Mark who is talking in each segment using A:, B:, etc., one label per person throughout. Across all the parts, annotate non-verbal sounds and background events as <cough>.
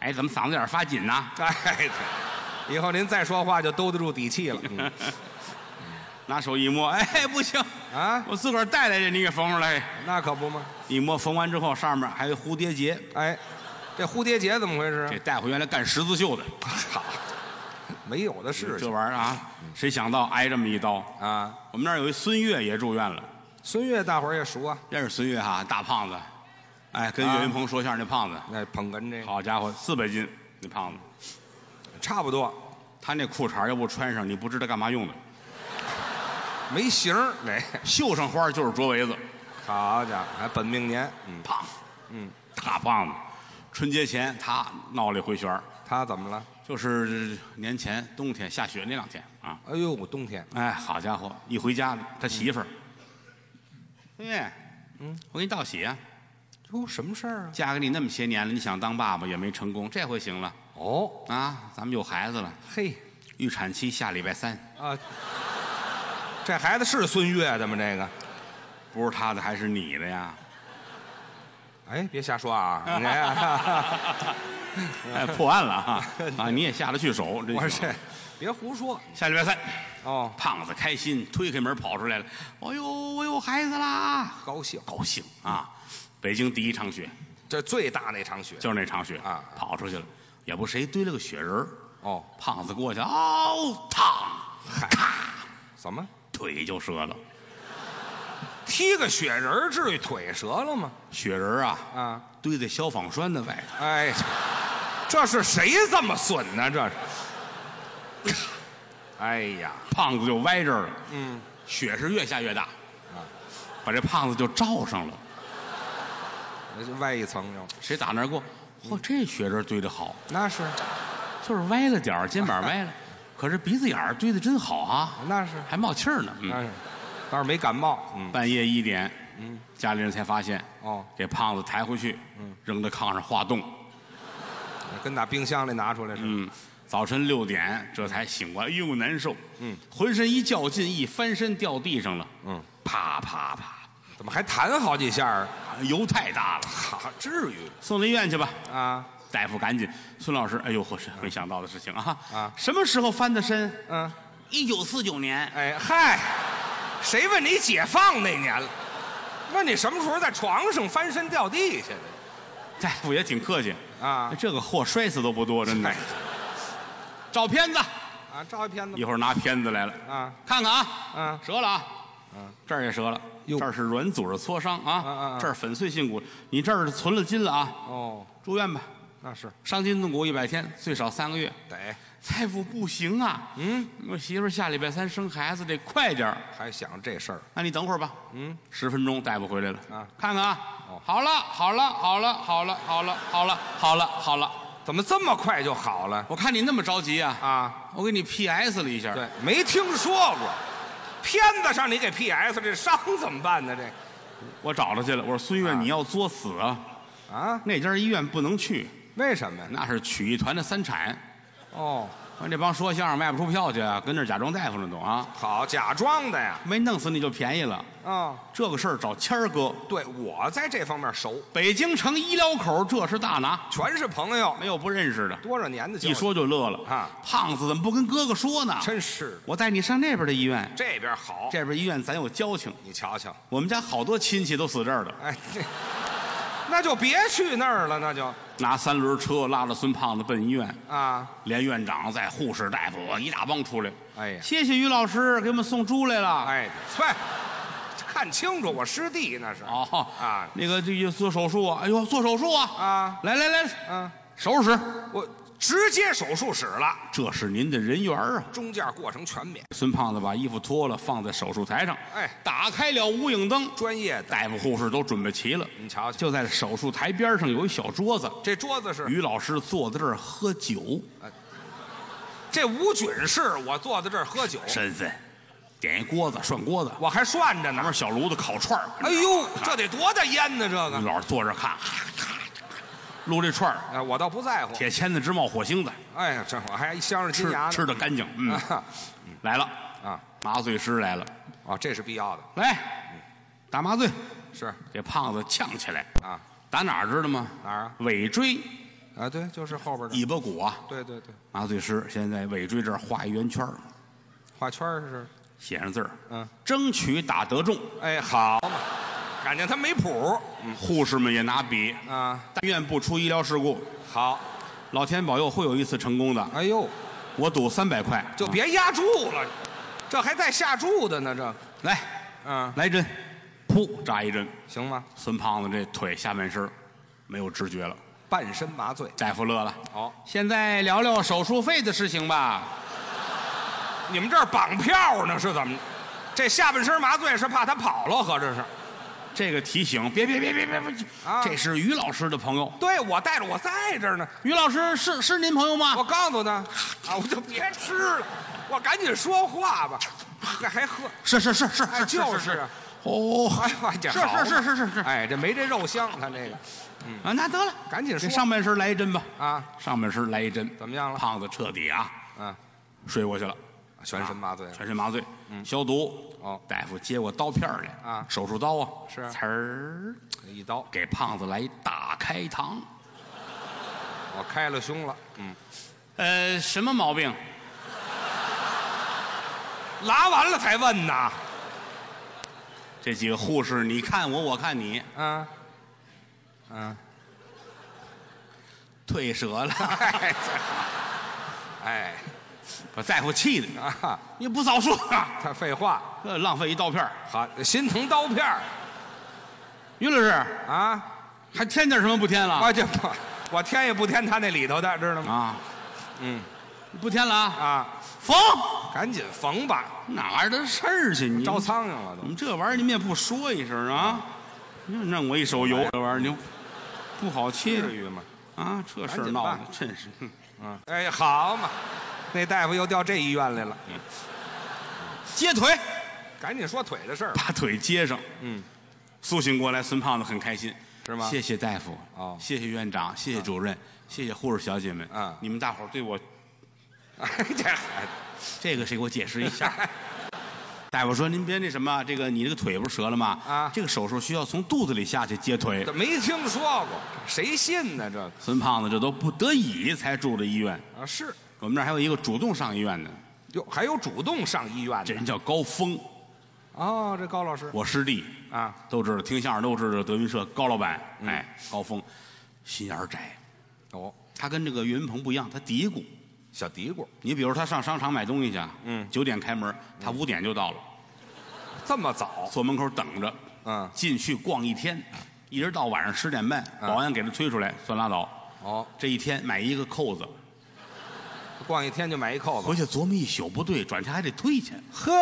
A: 哎，怎么嗓子眼儿发紧呢？
B: <laughs> 哎，以后您再说话就兜得住底
A: <laughs>
B: 气了。嗯
A: 拿手一摸，哎，不行，
B: 啊，
A: 我自个儿带来的，你给缝上来。
B: 那可不嘛。
A: 一摸缝完之后，上面还有蝴蝶结，
B: 哎，这蝴蝶结怎么回
A: 这
B: 事？
A: 带回原来干十字绣的，
B: 啊
A: <laughs>
B: 好，嗯没有的事
A: 这
B: 情
A: 玩意儿啊，谁想到挨这么一刀？
B: 啊。
A: 我们那儿有一孙越也住院了，
B: 孙越大伙儿也熟啊，
A: 认识孙越哈，大胖子，哎，跟岳云鹏说相声那胖子，
B: 那捧哏这个
A: 好家伙，四百斤那胖子，
B: 差不多，
A: 他那裤衩要不穿上，你不知道干嘛用的，
B: 没 <laughs> 形儿。哎，
A: 绣上花就是捉围子，
B: 好家伙，还本命年，嗯，
A: 胖，嗯，大胖子。春节前他闹了一回旋儿，
B: 他怎么了？
A: 就是年前冬天下雪那两天啊，
B: 哎呦，我冬天
A: 哎，好家伙，一回家他媳妇儿，孙越，嗯，我给你道喜啊，
B: 哟，什么事儿啊？
A: 嫁给你那么些年了，你想当爸爸也没成功，这回行了
B: 哦，
A: 啊，咱们有孩子了，
B: 嘿
A: 预产期下礼拜三，
B: 啊，这孩子是孙越的吗？这个，
A: 不是他的还是你的呀？
B: 哎，别瞎说啊！你看
A: 哎，破案了啊！啊，你也下得去手，真
B: <laughs> 我
A: 行
B: 这别胡说
A: 下礼拜三，
B: 哦，
A: 胖子开心推开门跑出来了，哎呦，我有孩子啦，
B: 高兴。
A: 高兴啊！北京第一场雪
B: 这最大那场雪
A: 就是那场雪
B: 啊
A: 跑出去了，也不谁堆了个雪人儿。
B: 哦，
A: 胖子过去，嗷，烫，
B: 怎么
A: 腿就折了。
B: 踢个雪人儿至于腿折了吗？
A: 雪人儿啊，
B: 啊，
A: 堆在消防栓的外头，
B: 哎，这是谁这么损呢、这是， <coughs> 哎呀，
A: 胖子就歪这儿了。
B: 嗯，啊
A: 雪是越下越大，把这胖子就罩上了。
B: 外一层就
A: 谁打那儿过？
B: 嗯
A: 嚯，这雪人儿堆的好，
B: 那是
A: 就是歪了点儿，肩膀
B: <laughs>
A: 歪了，可是鼻子眼儿堆的真好啊，
B: 那是
A: 还冒气儿呢。
B: 那
A: 嗯，
B: 是，倒是没感冒，嗯
A: 半夜一点，嗯，家里人才发现，
B: 哦，嗯
A: 给胖子抬回去，扔到炕上化冻。
B: 跟打冰箱里拿出来似的。
A: 嗯，早晨六点这才醒过来，哎呦难受，嗯，浑身一较劲，一翻身掉地上了，
B: 嗯，
A: 啪啪啪，
B: 怎么还弹好几下儿？
A: 油太大了，
B: 好，至于
A: 送到医院去吧。
B: 啊？
A: 大夫赶紧，孙老师，哎呦，我是没想到的事情啊！
B: 啊
A: 什么时候翻的身？
B: 嗯，
A: 一九四九年，
B: 哎嗨，谁问你解放那年了？问你什么时候在床上翻身掉地下的
A: 大夫也挺客气
B: 啊
A: 这个货摔死都不多，真的
B: 哎。
A: 照片子，
B: 啊，照一片子
A: 一会儿拿片子来了，
B: 啊
A: 看看啊，
B: 啊
A: 折了啊，嗯，这儿也折了，
B: 哟
A: 这儿是软组织挫伤啊，
B: 啊啊
A: 这儿粉碎性骨，你这儿存了筋了啊，
B: 哦，
A: 住院吧，
B: 那是
A: 伤筋动骨一百天，最少三个月。
B: 得
A: 大夫不行啊，
B: 嗯，
A: 我媳妇儿下礼拜三生孩子，得快点儿。
B: 还想这事儿
A: 那你等会儿吧，
B: 嗯，
A: 十分钟大夫回来了
B: 啊，
A: 看看啊，好了，好了，好了，好了，好了，好了，好了，好了。
B: 怎么这么快就好了
A: 我看你那么着急啊，
B: 啊？
A: 我给你 PS 了一下，
B: 对，没听说过，片子上你给 PS 这伤怎么办呢？这
A: 我找着去了。我说孙越，你要作死啊？
B: 啊？
A: 那家医院不能去，
B: 为什么呀？
A: 那是曲艺团的三产。
B: 哦，
A: 完这帮说相声卖不出票去啊，跟那儿假装大夫呢都啊，
B: 好，假装的呀。
A: 没弄死你就便宜了。
B: 哦，
A: 这个事儿找谦儿哥，
B: 对我在这方面熟，
A: 北京城医疗口这是大拿，
B: 全是朋友，
A: 没有不认识的。
B: 多少年的交
A: 一说就乐了
B: 啊
A: 胖子怎么不跟哥哥说呢？
B: 真是的，
A: 我带你上那边的医院，
B: 这边好，
A: 这边医院咱有交情。
B: 你瞧瞧，
A: 我们家好多亲戚都死这儿的，
B: 哎，这那就别去那儿了，那就
A: 拿三轮车拉着孙胖子奔医院，
B: 啊，
A: 连院长在护士大夫一大帮出来。
B: 哎呀，
A: 谢谢于老师给我们送猪来了。
B: 哎，快看清楚，我师弟那是
A: 哦
B: 啊
A: 那个这个做手术啊，哎呦做手术啊，
B: 啊，
A: 来来来，
B: 嗯，
A: 收拾。
B: 我直接手术室了，
A: 这是您的人缘啊！
B: 中间过程全免，
A: 孙胖子把衣服脱了，放在手术台上，
B: 哎
A: 打开了无影灯，
B: 专业的，
A: 大夫护士都准备齐了。
B: 你瞧瞧。
A: 就在手术台边上有一小桌子，
B: 这桌子是
A: 于老师坐在这儿喝酒，
B: 这无菌室，我坐在这儿喝酒，
A: 身份，点一锅子涮锅子，
B: 我还涮着
A: 旁
B: 呢。
A: 边小炉子烤串儿。
B: 哎呦，这得多大烟呢？这
A: 于
B: 个，
A: 老师坐这儿看，撸这串儿，
B: 哎，我倒不在乎。
A: 铁签子直冒火星子，
B: 哎呀，这我还一镶着金
A: 吃
B: 牙
A: 吃
B: 呢。
A: 的干净。嗯，
B: 啊
A: 来了，
B: <laughs> 啊
A: 麻醉师来了，
B: 啊，这是必要的，
A: 来打麻醉，
B: 是
A: 给胖子呛起来。
B: 啊，
A: 打哪儿知道吗？
B: 哪儿啊？
A: 尾椎，
B: 啊，对，就是后边的。
A: 尾巴骨啊，
B: 对对对，
A: 麻醉师先在尾椎这儿画一圆圈儿
B: 画圈儿是，
A: 写上字儿，
B: 嗯，
A: 争取打得中。
B: 哎，好嘛，感觉他没谱
A: 护士们也拿笔，
B: 啊。
A: 但愿不出医疗事故。
B: 好，
A: 老天保佑，会有一次成功的。
B: 哎呦，
A: 我赌三百块，
B: 就
A: 啊
B: 别压住了，这还带下注的呢，这个，
A: 来
B: 嗯，
A: 来一针，噗扎一针。
B: 行吗？
A: 孙胖子这腿下半身儿没有知觉了，
B: 半身麻醉，
A: 大夫乐了。
B: 好，
A: 现在聊聊手术费的事情吧。
B: 你们这儿绑票呢是怎么？这下半身麻醉是怕他跑了，合着是？
A: 这个提醒，别别别别别别
B: 啊，
A: 这是于老师的朋友。
B: 对，我带着我在这儿呢，
A: 于老师是是您朋友
B: 我
A: 吗？
B: 告诉他，啊，我就别吃了，我赶紧说话吧，这还喝，
A: 是是是是
B: 哎，
A: 是，
B: 就是，
A: 哦，
B: 哎呀，这好嘛
A: 是是是是是
B: 哎，这没这肉香，他这个
A: 啊，那得了，
B: 赶紧
A: 这
B: 说
A: 上半身来一针吧。
B: 啊，
A: 上半身来一针，
B: 怎么样了？
A: 胖子彻底啊
B: 嗯，
A: 睡过去了，
B: 全身麻醉了，
A: 全身麻醉，消毒。
B: 哦
A: 大夫接过刀片儿来
B: 啊
A: 手术刀啊，
B: 是
A: 呲儿，
B: 一刀，
A: 给胖子来一大开膛。
B: 我开了胸了，嗯
A: 呃，什么毛病？
B: 拉完了才问呐，
A: 这几个护士，你看我，我看你，
B: 嗯，嗯，
A: 退舍
B: <laughs>
A: 了，
B: 哎，哎，
A: 把大夫气的，
B: 啊，
A: 你不早说啊，
B: 他废话，
A: 呃浪费一刀片儿。
B: 好，心疼刀片儿
A: 于老师，
B: 啊，
A: 还添点什么不添了？
B: 啊，这不，我添也不添他那里头的，知道吗？
A: 啊，
B: 嗯，
A: 不添了啊，
B: 啊，
A: 缝
B: 赶紧缝吧，
A: 哪儿的事儿去？你
B: 招苍蝇了
A: 你
B: 都，
A: 们这玩意儿你们也不说一声啊？你又弄我一手
B: 哎
A: 油，这玩意儿你又不好气
B: 至于吗？
A: 啊！这事
B: 哎赶
A: 儿
B: 紧
A: 闹
B: 办
A: 的真
B: <laughs>
A: 是，哼
B: 嗯，哎，好嘛，那大夫又调这医院来了，
A: 接腿，
B: 赶紧说腿的事儿吧，
A: <laughs>
B: <laughs>
A: 把腿接上。
B: 嗯，
A: 苏醒过来，孙胖子很开心，
B: 是吗
A: 谢谢大夫，
B: 哦
A: 谢谢院长，谢谢主任，谢谢护士小姐们，
B: 嗯
A: 你们大伙儿对我
B: 哎，这孩子，
A: 这个谁给我解释一下？大夫说：“您别那什么，这个你这个腿不是折了吗？
B: 啊
A: 这个手术需要从肚子里下去接腿。
B: 这没听说过，谁信呢？这个”
A: 孙胖子这都不得已才住的医院。
B: 啊是，
A: 我们这儿还有一个主动上医院的，
B: 哟，还有主动上医院
A: 这
B: 的，
A: 人叫高峰，
B: 哦，这高老师
A: 我师弟，
B: 啊，
A: 都知道，听相声都知道德云社高老板，
B: 嗯
A: 哎，高峰，心眼儿窄，
B: 哦，
A: 他跟这个岳云鹏不一样，他嘀咕。
B: 小嘀咕，
A: 你比如他上商场买东西去，啊
B: 嗯
A: 九点开门，他五点就到了，
B: 这么早，
A: 坐门口等着，
B: 嗯，
A: 进去逛一天，一直到晚上十点半，
B: 嗯
A: 保安给他推出来，算拉倒。
B: 哦，
A: 这一天买一个扣子，
B: 逛一天就买一扣子，
A: 回去琢磨一宿不对，转天还得退去，
B: 呵，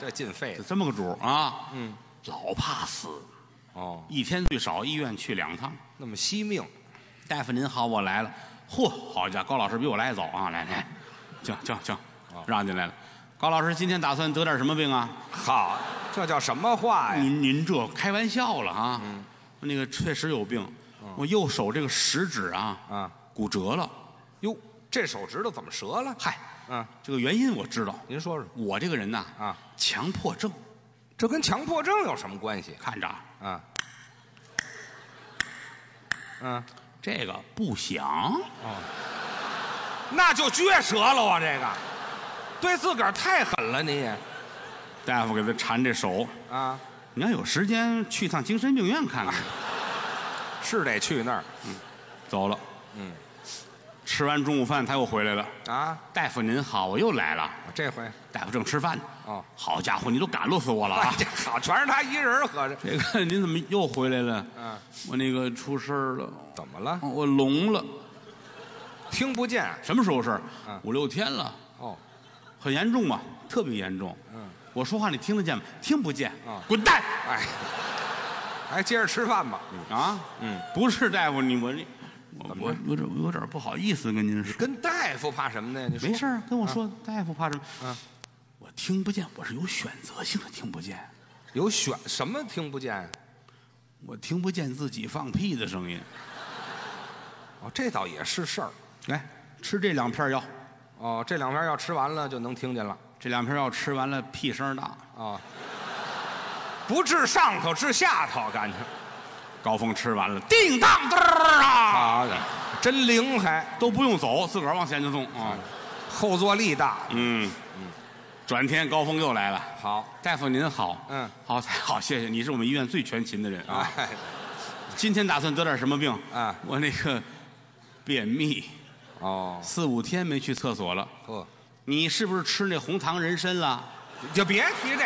B: 这进费
A: 就
B: 了，
A: 这么个主儿啊，
B: 嗯，
A: 老怕死，
B: 哦，
A: 一天最少医院去两趟。
B: 那么惜命，
A: 大夫您好，我来了。嚯，好家伙，高老师比我来得早啊！来来，请请请
B: 哦，
A: 让进来了。高老师今天打算得点什么病啊？
B: 好，这叫什么话呀？
A: 您您这开玩笑了啊？那个确实有病，我右手这个食指啊
B: 啊，
A: 骨折了。
B: 哟，这手指头怎么折了？
A: 嗨，
B: 嗯，
A: 这个原因我知道，
B: 您说说
A: 我这个人呐
B: 啊，
A: 强迫症，
B: 这跟强迫症有什么关系？
A: 看着啊
B: 啊，嗯，
A: 这个不响，
B: 那就撅折了啊，这个，对自个儿太狠了，你也
A: 大夫给他缠这手。
B: 啊，
A: 你要有时间去趟精神病院看看。
B: 是得去那儿
A: 走了，
B: 嗯，
A: 吃完中午饭他又回来了。
B: 啊，
A: 大夫您好，我又来了。
B: 这回
A: 大夫正吃饭呢。
B: 哦，
A: 好家伙，你都赶路死我了啊
B: <laughs> 哎！这好，全是他一人儿合着，
A: 这个您怎么又回来了？
B: 嗯，
A: 我那个出事儿了，
B: 怎么了？
A: 我聋了。
B: 听不见
A: 什么时候事儿
B: 嗯？
A: 五六天了，
B: 哦，
A: 很严重吧？特别严重。
B: 嗯，
A: 我说话你听得见吗？听不见
B: 啊。
A: 滚蛋！
B: 哎，哎，接着吃饭吧，
A: 啊，
B: 嗯，
A: 不是大夫，你我这我
B: 怎么
A: 我
B: 了
A: 有点有点不好意思跟您说。
B: 跟大夫怕什么呢？你说
A: 没事儿，跟我说，大夫怕什么？
B: 嗯，
A: 我听不见，我是有选择性的听不见，
B: 有选什么听不见？啊
A: 我听不见自己放屁的声音。
B: 哦，这倒也是事儿。
A: 来，吃这两片药。
B: 哦，这两片要吃完了就能听见了。
A: 这两片药吃完了，屁声大。
B: 啊，不治上头，治下头，感情。
A: 高峰吃完了，叮当噔儿啊！
B: 好的，真灵还，
A: 都不用走，自个儿往前就送
B: 嗯
A: 啊。
B: 后坐力大。
A: 嗯，转天高峰又来了，
B: 好，
A: 大夫您好，
B: 嗯，
A: 好，太好，谢谢，你是我们医院最全勤的人啊。
B: 哎，
A: 今天打算得点什么病？
B: 啊
A: 我那个便秘，
B: <laughs> 哦，
A: 四五天没去厕所了。
B: 呵，
A: 你是不是吃那红糖人参了？
B: 你就别提这，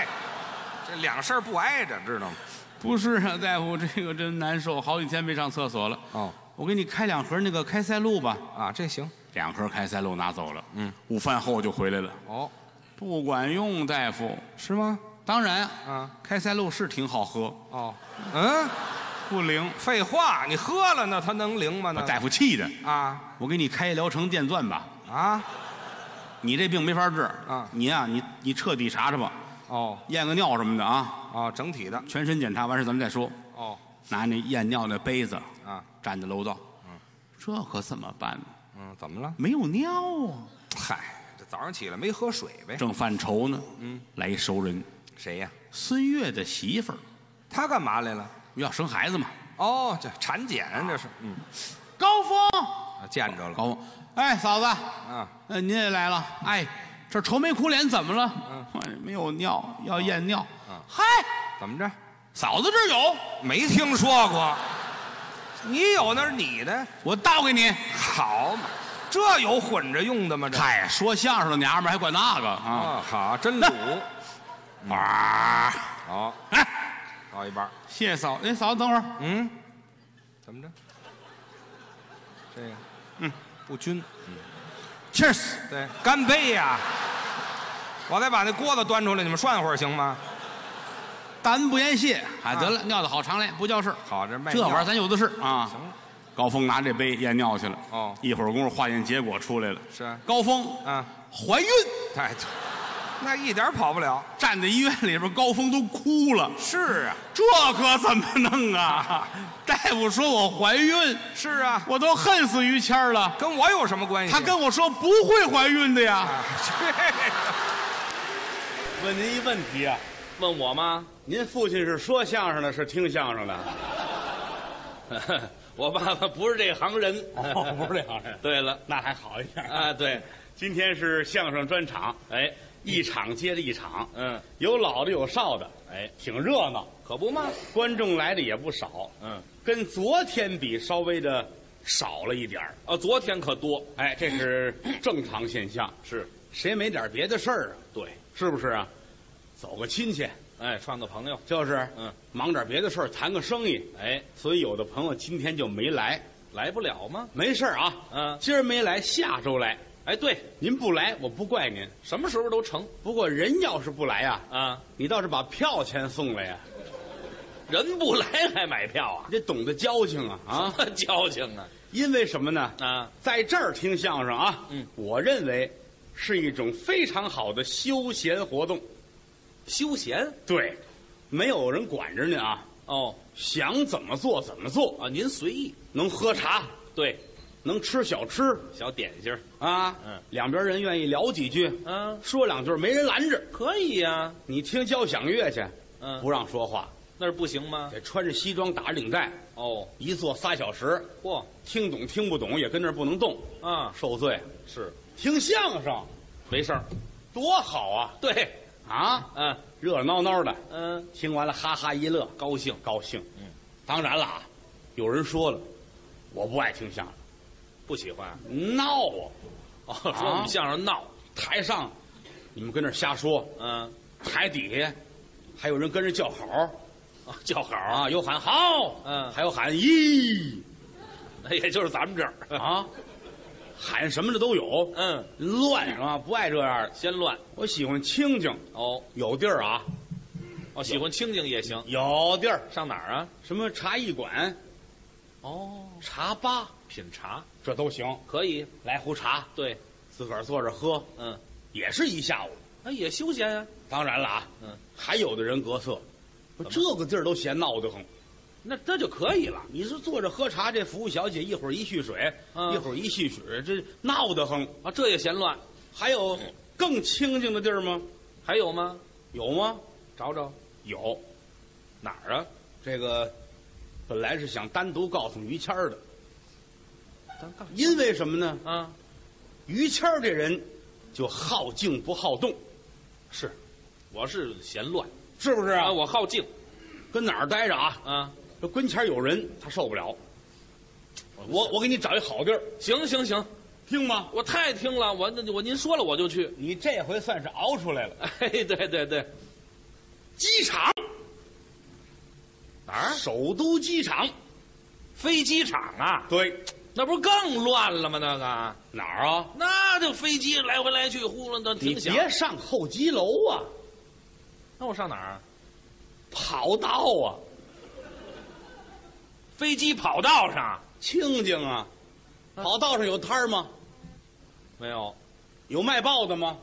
B: 这两事儿不挨着，知道吗？
A: 不是啊，大夫，这个真难受，好几天没上厕所了。
B: 哦，
A: 我给你开两盒那个开塞露吧。
B: 啊，这行。
A: 两盒开塞露拿走了，嗯，午饭后就回来了，
B: 哦，
A: 不管用，大夫。
B: 是吗？
A: 当然，
B: 啊，
A: 开塞露是挺好喝，
B: 哦，嗯，
A: 不灵，
B: 废话，你喝了那它能灵吗？
A: 把
B: 那
A: 大夫气的。
B: 啊
A: 我给你开疗程电钻吧，
B: 啊，
A: 你这病没法治
B: 啊
A: 你呀、你你彻底查查吧，
B: 哦
A: 验个尿什么的啊，
B: 哦，整体的，
A: 全身检查完事咱们再说。
B: 哦
A: 拿那验尿那杯子
B: 啊，
A: 站在楼道，这可怎么办呢？
B: 嗯，怎么了？
A: 没有尿啊，
B: 嗨，这早上起来没喝水呗？
A: 正犯愁呢。嗯，来一熟人，
B: 谁呀？
A: 孙越的媳妇儿
B: 他干嘛来了？
A: 要生孩子嘛。
B: 哦，这产检这是，嗯，
A: 高峰，
B: 啊见着了
A: 高峰，哎，嫂子，
B: 啊，
A: 呃，您也来了，哎，这愁眉苦脸怎么了？哎没有尿，要验尿。嗨，
B: 怎么着？
A: 嫂子这儿有，
B: 没听说过，你有那是你的，
A: 我倒给你。
B: 好嘛，这有混着用的吗？这
A: 嗨，说相声的娘们儿还管那个啊？
B: 啊，好，真卤，
A: 哇，
B: 好，
A: 哎，
B: 倒一半儿，
A: 谢谢嫂，哎，嫂子等会儿，
B: 嗯，怎么着？这个，
A: 嗯，
B: 不均，
A: ，cheers，
B: 对，干杯呀！我再把那锅子端出来，你们涮会儿行吗？
A: 大恩不言谢。哎，得了，尿的好常来，不叫事儿。
B: 好，这卖
A: 这玩意儿
B: 咱
A: 咱有的是啊。
B: 行了，
A: 高峰拿这杯验尿去了。
B: 哦
A: 一会儿功夫化验结果出来了。
B: 是啊
A: 高峰
B: 啊，
A: 怀孕，
B: 太，那一点儿跑不了。
A: 站在医院里边，高峰都哭了。
B: 是啊，
A: 这可怎么弄啊？ <laughs> 大夫说我怀孕，
B: 是啊，
A: 我都恨死于谦儿了。
B: 跟我有什么关系？
A: 他跟我说不会怀孕的呀。
B: 啊， <laughs> 这
A: 问您一问题啊，
C: 问我吗？
A: 您父亲是说相声的，是听相声的？
C: <laughs> 我爸爸不是这行人，
A: <laughs> 哦不是这行人
C: 对了，
A: 那还好一点
C: 啊，对，
A: 今天是相声专场，
C: 哎，
A: 一场接着一场，
C: 嗯，
A: 有老的有少的，
C: 哎，
A: 挺热闹，
C: 可不嘛，
A: 观众来的也不少，
C: 嗯，
A: 跟昨天比稍微的少了一点儿。
C: 啊，昨天可多，
A: 哎，这是正常现象，
C: 是
A: 谁没点别的事儿啊？
C: 对，
A: 是不是啊？走个亲戚，
C: 哎，串个朋友，
A: 就是
C: 嗯，
A: 忙点别的事儿，谈个生意。
C: 哎，
A: 所以有的朋友今天就没来，
C: 来不了吗？
A: 没事儿啊，
C: 嗯
A: 今儿没来，下周来。
C: 哎，对，
A: 您不来，我不怪您。
C: 什么时候都成
A: 不过人要是不来呀、
C: 啊，
A: 你倒是把票钱送来呀、啊
C: 人不来还买票啊？
A: 你得懂得交情啊啊！
C: 什么交情啊？
A: 因为什么呢？
C: 啊，
A: 在这儿听相声啊，
C: 嗯，
A: 我认为是一种非常好的休闲活动。
C: 休闲
A: 对，没有人管着您啊，
C: 哦
A: 想怎么做怎么做，
C: 啊，您随意，
A: 能喝茶，
C: 对，
A: 能吃小吃
C: 小点心儿
A: 啊，
C: 嗯，
A: 两边人愿意聊几句，
C: 啊，
A: 说两句没人拦着。
C: 可以呀，
A: 你听交响乐去，
C: 嗯，
A: 不让说话，
C: 那儿不行吗？
A: 得穿着西装打着领带，
C: 哦，
A: 一坐仨小时，
C: 嚯
A: 听懂听不懂也跟那儿不能动，
C: 啊，
A: 受罪。
C: 是
A: 听相声
C: 没事儿，
A: 多好啊
C: 对，
A: 啊，
C: 嗯
A: 热热闹闹的，
C: 嗯，
A: 听完了哈哈一乐，
C: 高兴。
A: 高兴。
C: 嗯，
A: 当然了啊，有人说了，我不爱听相
C: 不喜欢
A: 声，闹啊！
C: 哦，说我们相声闹，
A: 台上你们跟那儿瞎说，
C: 嗯，
A: 台底下还有人跟着叫好
C: 啊叫好啊，
A: 啊，有喊好，
C: 嗯
A: 还有喊咦。
C: 那也就是咱们这儿，
A: 啊，喊什么的都有，
C: 嗯，
A: 乱是吧？不爱这样的，
C: 先乱
A: 我喜欢清静，
C: 哦
A: 有地儿啊，
C: 哦，喜欢清静也行，
A: 有地儿，
C: 上哪儿啊？
A: 什么茶艺馆、
C: 哦，
A: 茶吧，
C: 品茶
A: 这都行。
C: 可以，
A: 来壶茶，
C: 对，
A: 自个儿坐着喝，
C: 嗯，
A: 也是一下午。
C: 那也休闲呀，
A: 当然了啊，
C: 嗯，
A: 还有的人隔色，我这个地儿都嫌闹得很。
C: 那这就可以了，
A: 你是坐着喝茶，这服务小姐一会儿一续水，
C: 嗯
A: 一会儿一续水，这闹得很。
C: 啊，这也嫌乱，
A: 还有更清静的地儿吗？
C: 还有吗？
A: 有吗？
C: 找找
A: 有，
C: 哪儿啊？
A: 这个本来是想单独告诉于谦儿的，因为什么呢？
C: 啊，
A: 于谦儿这人就好静不好动，
C: 是，我是嫌乱
A: 是不是啊？
C: 啊，我好静
A: 跟哪儿待着啊？
C: 啊。
A: 这跟前儿有人，他受不了。我我给你找一好地儿，
C: 行行行，
A: 听吗？
C: 我太听了，我那我您说了我就去。
A: 你这回算是熬出来了。
C: <laughs> 哎，对对对，
A: 机场
C: 哪儿？
A: 首都机场，
C: 飞机场 <laughs> 啊，
A: 对，
C: 那不是更乱了吗？那个，
A: 哪儿啊？
C: 那就飞机来回来去，呼噜的
A: 你
C: 挺响。
A: 别上候机楼啊，
C: 那我上哪儿啊？
A: 跑道啊，
C: 飞机跑道上
A: 清静啊。
C: 啊
A: 跑道上有摊儿吗？
C: 没有？
A: 有卖报的吗？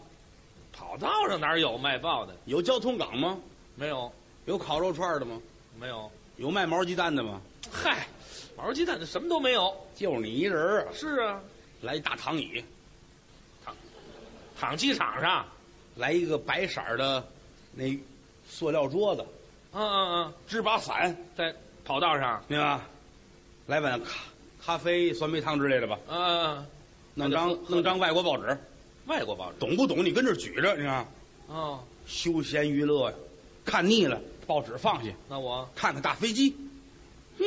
C: 跑道上哪有卖报的？
A: 有交通岗吗？
C: 没有，
A: 有烤肉串儿的吗？
C: 没有。
A: 有卖毛鸡蛋的吗？
C: 嗨，毛鸡蛋什么都没有。
A: 就是你一人儿啊，
C: 是啊，
A: 来一大躺椅，
C: 躺机场上，
A: 来一个白色儿的那塑料桌子，
C: 嗯嗯
A: 支把伞，
C: 嗯，在跑道上，
A: 明白吧？来碗咖咖啡、酸梅汤之类的吧，
C: 嗯、嗯
A: 弄张
C: 那就喝
A: 弄张外国报纸，
C: 外国报纸。
A: 懂不懂？你跟这儿举着，你看，
C: 哦，
A: 休闲娱乐呀，看腻了，报纸放下，
C: 那我
A: 看看大飞机，嗯，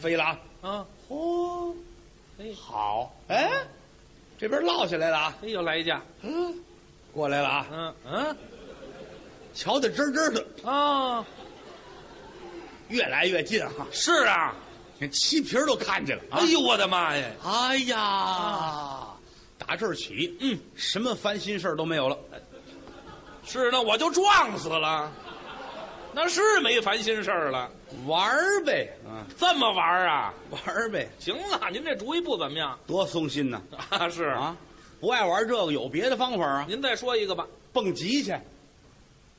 A: 飞了啊，
C: 啊，
A: 哦，
C: 哎
A: 好，哎，这边落下来了啊，
C: 哎，又来一架，
A: 嗯，过来了啊，
C: 嗯嗯
A: 瞧得真真的，
C: 啊，
A: 越来越近哈、
C: 是啊，
A: 连漆皮儿都看见了啊
C: 哎！呦我的妈呀，
A: 哎呀，打这儿起，
C: 嗯，
A: 什么烦心事儿都没有了。
C: 是那我就撞死了，那是没烦心事儿了，
A: 玩儿呗，啊，
C: 这么玩儿啊？
A: 玩儿呗，
C: 行了，您这主意不怎么样 <laughs>
A: 多松心呐！
C: 啊？是，
A: 啊，不爱玩这个有别的方法啊，
C: 您再说一个吧，
A: 蹦极去，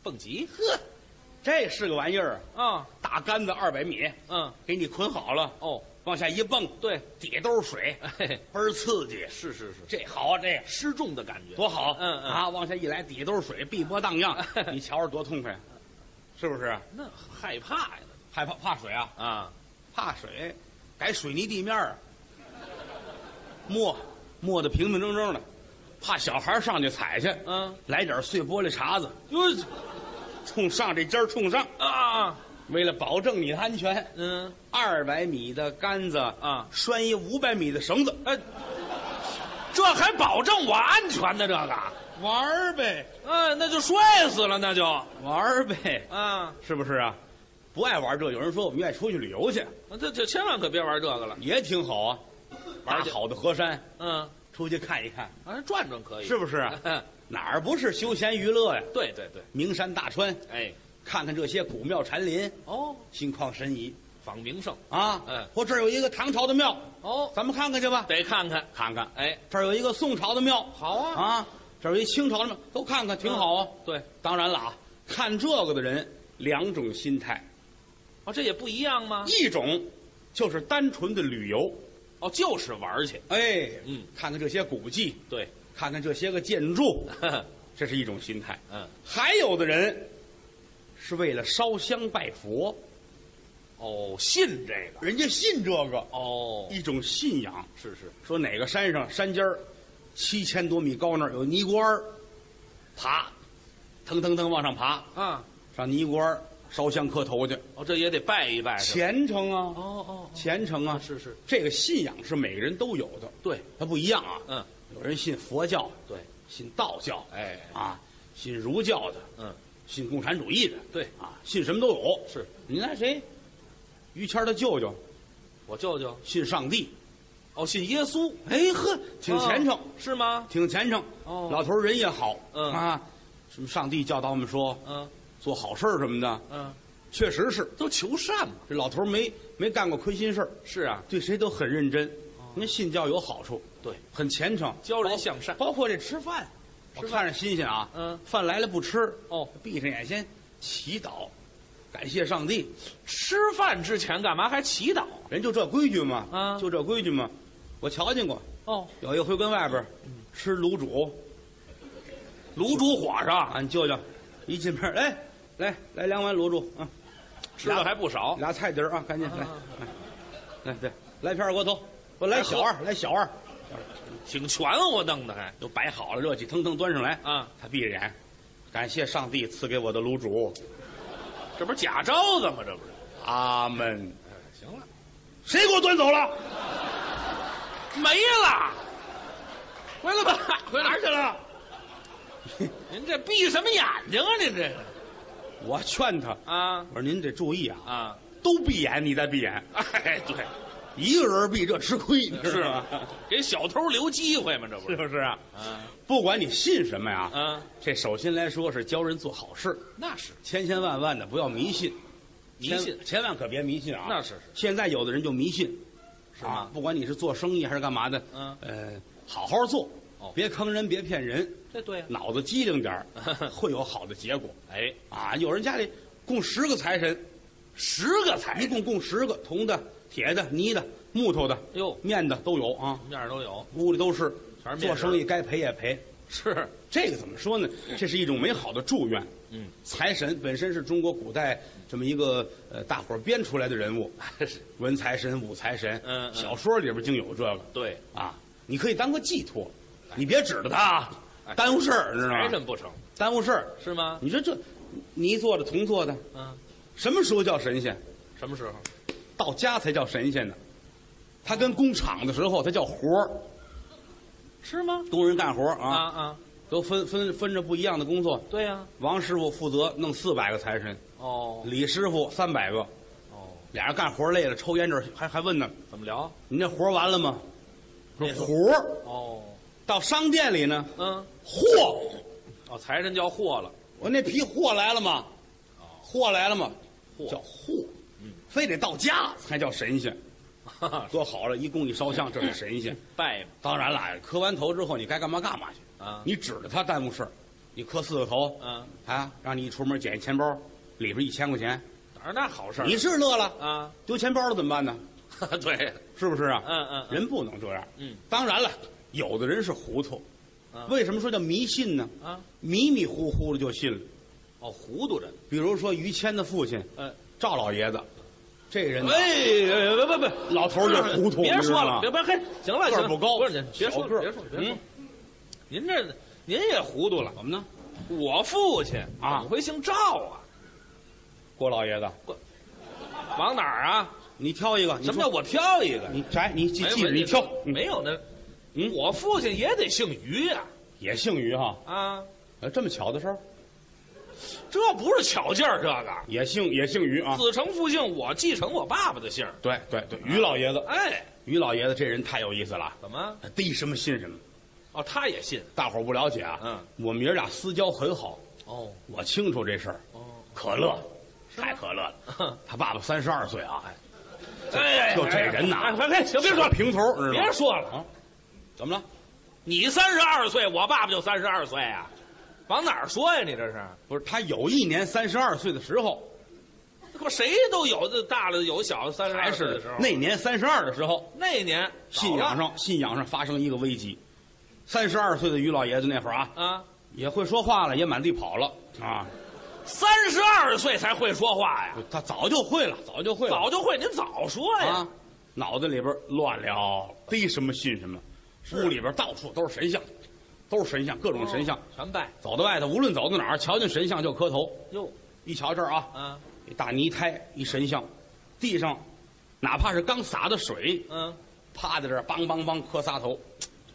C: 蹦极
A: 呵，这是个玩意儿啊，
C: 啊，
A: 大杆子二百米，
C: 嗯，
A: 给你捆好了，
C: 哦，
A: 往下一蹦，
C: 对，
A: 底下都是
C: <laughs>
A: 水，
C: 哎，
A: 倍儿刺激。
C: 是是是，
A: 这好啊，这个
C: 失重的感觉，
A: 多好，
C: 嗯嗯
A: 啊，往下一来，底下都是水，碧波荡漾，
C: <laughs>
A: 你瞧着多痛快，是不是？
C: 那害怕呀
A: 害怕怕水啊？
C: 啊，
A: 怕水，改水泥地面儿，磨磨得平平整整的，怕小孩上去踩去，
C: 嗯，
A: 来点碎玻璃碴子，
C: 哟
A: 冲上这尖儿冲上，
C: 啊，
A: 为了保证你的安全，
C: 嗯
A: 二百米的杆子
C: 啊，
A: 拴一五百米的绳子，
C: 哎，这还保证我安全呢？这个，
A: 玩儿呗，
C: 嗯，那就摔死了，那就
A: 玩儿呗，
C: 啊，
A: 是不是啊？不爱玩这，有人说我们愿意出去旅游去，
C: 这这千万可别玩这个了。
A: 也挺好啊，玩
C: 去
A: 好的河山，
C: 嗯，
A: 出去看一看，
C: 啊，转转可以，
A: 是不是啊？哪儿不是休闲娱乐呀？
C: <laughs> 对对对，
A: 名山大川，
C: 哎，
A: 看看这些古庙禅林，
C: 哦，
A: 心旷神怡
C: 访名胜，
A: 啊！
C: 嗯
A: 我这儿有一个唐朝的庙，
C: 哦，
A: 咱们看看去吧。
C: 得看看，
A: 看看，
C: 哎，
A: 这儿有一个宋朝的庙
C: 好啊，
A: 啊，这儿有一清朝的庙，都看看，挺好啊。
C: 对，
A: 当然了啊，看这个的人两种心态，
C: 哦，这也不一样吗？
A: 一种就是单纯的旅游，
C: 哦，就是玩去， <laughs>
A: 哎，
C: 嗯，
A: 看看这些古迹，
C: 对，
A: 看看这些个建筑，
C: 嗯
A: 这是一种心态。
C: 嗯，
A: 还有的人是为了烧香拜佛，
C: 哦，信这个，
A: 人家信这个，
C: 哦，
A: 一种信仰。
C: 是是，
A: 说哪个山上山尖儿，七千多米高那儿有尼姑庵儿，爬，腾腾腾往上爬，
C: 啊，
A: 上尼姑庵儿烧香磕头去，
C: 哦，这也得拜一拜，是吧
A: 虔诚啊，
C: 哦哦
A: 虔诚
C: 哦，
A: 啊，
C: 是是，
A: 这个信仰是每个人都有的，
C: 对，
A: 它不一样啊。
C: 嗯，
A: 有人信佛教，
C: 对，
A: 信道教，
C: 哎，
A: 啊，信儒教的，
C: 嗯，
A: 信共产主义的，
C: 对，
A: 啊，信什么都有。
C: 是
A: 你看谁，于谦儿他舅舅
C: 我舅舅，
A: 信上帝，
C: 哦，信耶稣，
A: 哎呵，挺虔诚，
C: 哦是吗？
A: 挺虔诚。
C: 哦
A: 老头儿人也好，
C: 嗯
A: 啊，什么上帝教导我们说
C: 嗯
A: 做好事儿什么的，
C: 嗯，
A: 确实是
C: 都求善嘛，
A: 这老头儿没没干过亏心事儿，
C: 是啊，
A: 对谁都很认真。您信教有好处，
C: 哦对，
A: 很虔诚，
C: 教人向善，哦
A: 包括这吃饭，我
C: 吃饭
A: 看着新鲜啊，
C: 嗯
A: 饭来了不吃，
C: 哦，
A: 闭上眼先祈祷，感谢上帝，
C: 吃饭之前干嘛还祈祷？
A: 人就这规矩嘛，
C: 啊
A: 就这规矩嘛。我瞧见过，
C: 哦，
A: 有一回跟外边儿吃卤煮，
C: 嗯卤煮火烧，
A: 俺舅舅一进门儿，哎，来来两碗卤煮啊，
C: 吃的还不少，啊嗯哎
A: 俩菜碟儿啊，赶紧来，来，来对，来片二锅头，我来小二，来小二，
C: 挺全乎弄的还。
A: 都摆好了，热气腾腾端上来
C: 啊！
A: 他闭着眼，感谢上帝赐给我的卤煮，
C: 这不是假招子吗？这不是？
A: 阿门。
C: 行了，
A: 谁给我端走了？
C: 没了，回来吧， <laughs> 回哪儿去了？您这闭什么眼睛啊？您这个
A: 我劝他，
C: 啊
A: 我说您得注意啊，
C: 啊！
A: 都闭眼，你再闭眼，
C: 哎，对，
A: 一个人闭这吃亏，你知
C: <laughs> 是
A: 道
C: 吗
A: <laughs> 吗？？
C: 给小偷留机会嘛？这不
A: 是
C: 是？
A: 啊不是啊？
C: 啊
A: 不管你信什么呀，
C: 啊，
A: 这首先来说是教人做好事，
C: 那是
A: 千千万万的不要迷信，
C: 迷
A: 千
C: 信
A: 千万可别迷信啊！
C: 那是是
A: 现在有的人就迷信，
C: 是吗
A: 啊不管你是做生意还是干嘛的，
C: 嗯
A: 呃，好好做，
C: 哦
A: 别坑人，别骗人，
C: 这对呀。啊
A: 脑子机灵点 <laughs> 儿会有好的结果
C: 哎，
A: 啊！有人家里供十个财神，
C: 十个才
A: 一共供十个，铜的、铁的、泥的、木头的、
C: 哟，
A: 面的都有啊，
C: 面儿都有，
A: 屋里都是
C: 全是，面
A: 做
C: 人
A: 生意该赔也赔。
C: 是
A: 这个怎么说呢？这是一种美好的祝愿。
C: 嗯，
A: 财神本身是中国古代这么一个呃大伙儿编出来的 <laughs> 人物，文财神、武财神，
C: 嗯嗯
A: 小说里边竟有这个
C: 对，
A: 啊，你可以当个寄托，你别指着他啊，耽误事儿，知道
C: 财
A: 吗？
C: 神不成
A: 耽误事儿，
C: 是吗？
A: 你说这泥做的、铜做的，
C: 嗯，
A: 什么时候叫神仙？
C: 什么时候？
A: 到家才叫神仙呢。他跟工厂的时候，他叫活儿，
C: 是吗？
A: 工人干活儿
C: 啊
A: 啊，
C: 啊，
A: 都分分分着不一样的工作。
C: 对呀。
A: 王师傅负责弄四百个财神，
C: 哦
A: 李师傅三百个，
C: 哦，
A: 俩人干活累了，抽烟这儿还还问呢
C: 怎么聊？：“
A: 你这活完了吗？”说
C: 那：“是
A: 活儿
C: 哦，
A: 到商店里呢，
C: 嗯，
A: 货。
C: 哦，财神叫货了，
A: 我那批货来了吗？货来了吗？
C: 货
A: 叫货，嗯非得到家才叫神 <laughs> 仙。
C: 哈哈
A: 做好了，一供一烧香，这是神仙。
C: 拜
A: 当然了，磕完头之后，你该干嘛干嘛去。
C: 嘛啊，
A: 你指着他耽误事儿，你磕四个头
C: 嗯，
A: 啊，让你一出门捡一钱包，里边一千块钱，
C: 哪儿那好事儿？
A: 你是乐了。
C: 啊， <laughs>
A: 丢钱包了怎么办呢？
C: 对，
A: 是不是啊？
C: 嗯嗯嗯
A: 人不能这样。
C: 嗯，
A: 当然了，有的人是糊涂
C: 啊。
A: 为什么说叫迷信呢？
C: 啊，
A: 迷迷糊糊的就信了。
C: 哦，糊涂着呢，
A: 比如说于谦的父亲
C: 嗯，
A: 赵老爷子，这人呢
C: 哎，不不不，
A: 老头儿就糊涂，
C: 别
A: 你知
C: 说
A: 道
C: 了，
A: 吗
C: 别别，嘿，行了，
A: 个儿
C: 行了
A: 不高
C: 不是您别说
A: 小个儿
C: 了，别说了，别说
A: 嗯
C: 了，您这您也糊涂了。
A: 怎么呢？
C: 我父亲
A: 啊
C: 怎么会姓赵啊？
A: 郭老爷子，
C: 往哪儿啊？
A: 你挑一个，你说
C: 什么叫我挑一个？
A: 你摘？你记
C: 没有
A: 记着，
C: 没
A: 你
C: 有
A: 挑。嗯
C: 没有那，
A: 嗯
C: 我父亲也得姓于呀
A: 也姓于哈，
C: 啊，
A: 呃这么巧的事儿，
C: 这不是巧劲儿，这个
A: 也姓也姓于啊。
C: 子承父姓，我继承我爸爸的姓儿。
A: 对对对，于老爷子，
C: 哎，
A: 啊于老爷子这人太有意思了，
C: 怎么？
A: 逮什么信什么。
C: 哦，他也信
A: 大伙儿不了解啊，
C: 嗯，
A: 我们爷儿俩私交很好，
C: 哦
A: 我清楚这事儿。
C: 哦，
A: 可乐，
C: 吗
A: 太可乐了。
C: 哼
A: 他爸爸三十二岁啊，
C: 哎，
A: 就这人呐
C: 哎，快快，行，别说了，
A: 平头儿，知道吗
C: 别说了，
A: 怎么了？
C: 啊你三十二岁，我爸爸就三十二岁啊，往哪儿说呀？你这是，
A: 不是他有一年三十二岁的时候，
C: 这不谁都有这大了有小的三十
A: 还
C: 二岁
A: 是
C: 的时候，啊
A: 那年三十二的时候，
C: 那年
A: 信仰上信仰上发生一个危机。三十二岁的于老爷子那会儿啊，
C: 啊，
A: 也会说话了，也满地跑了啊。
C: 三十二岁才会说话呀，
A: 他早就会了，早就会了，
C: 早就会，您早说哎呀
A: 啊，，脑子里边乱了，逮什么信什么。屋里边到处都是神像，都是神像，各种神像。
C: 全拜
A: 走到外头，无论走到哪儿，瞧见神像就磕头。
C: 哟
A: 一瞧这儿啊，
C: 啊，
A: 一大泥胎，一神像，地上哪怕是刚洒的水，
C: 嗯，
A: 趴在这儿梆梆梆磕仨头，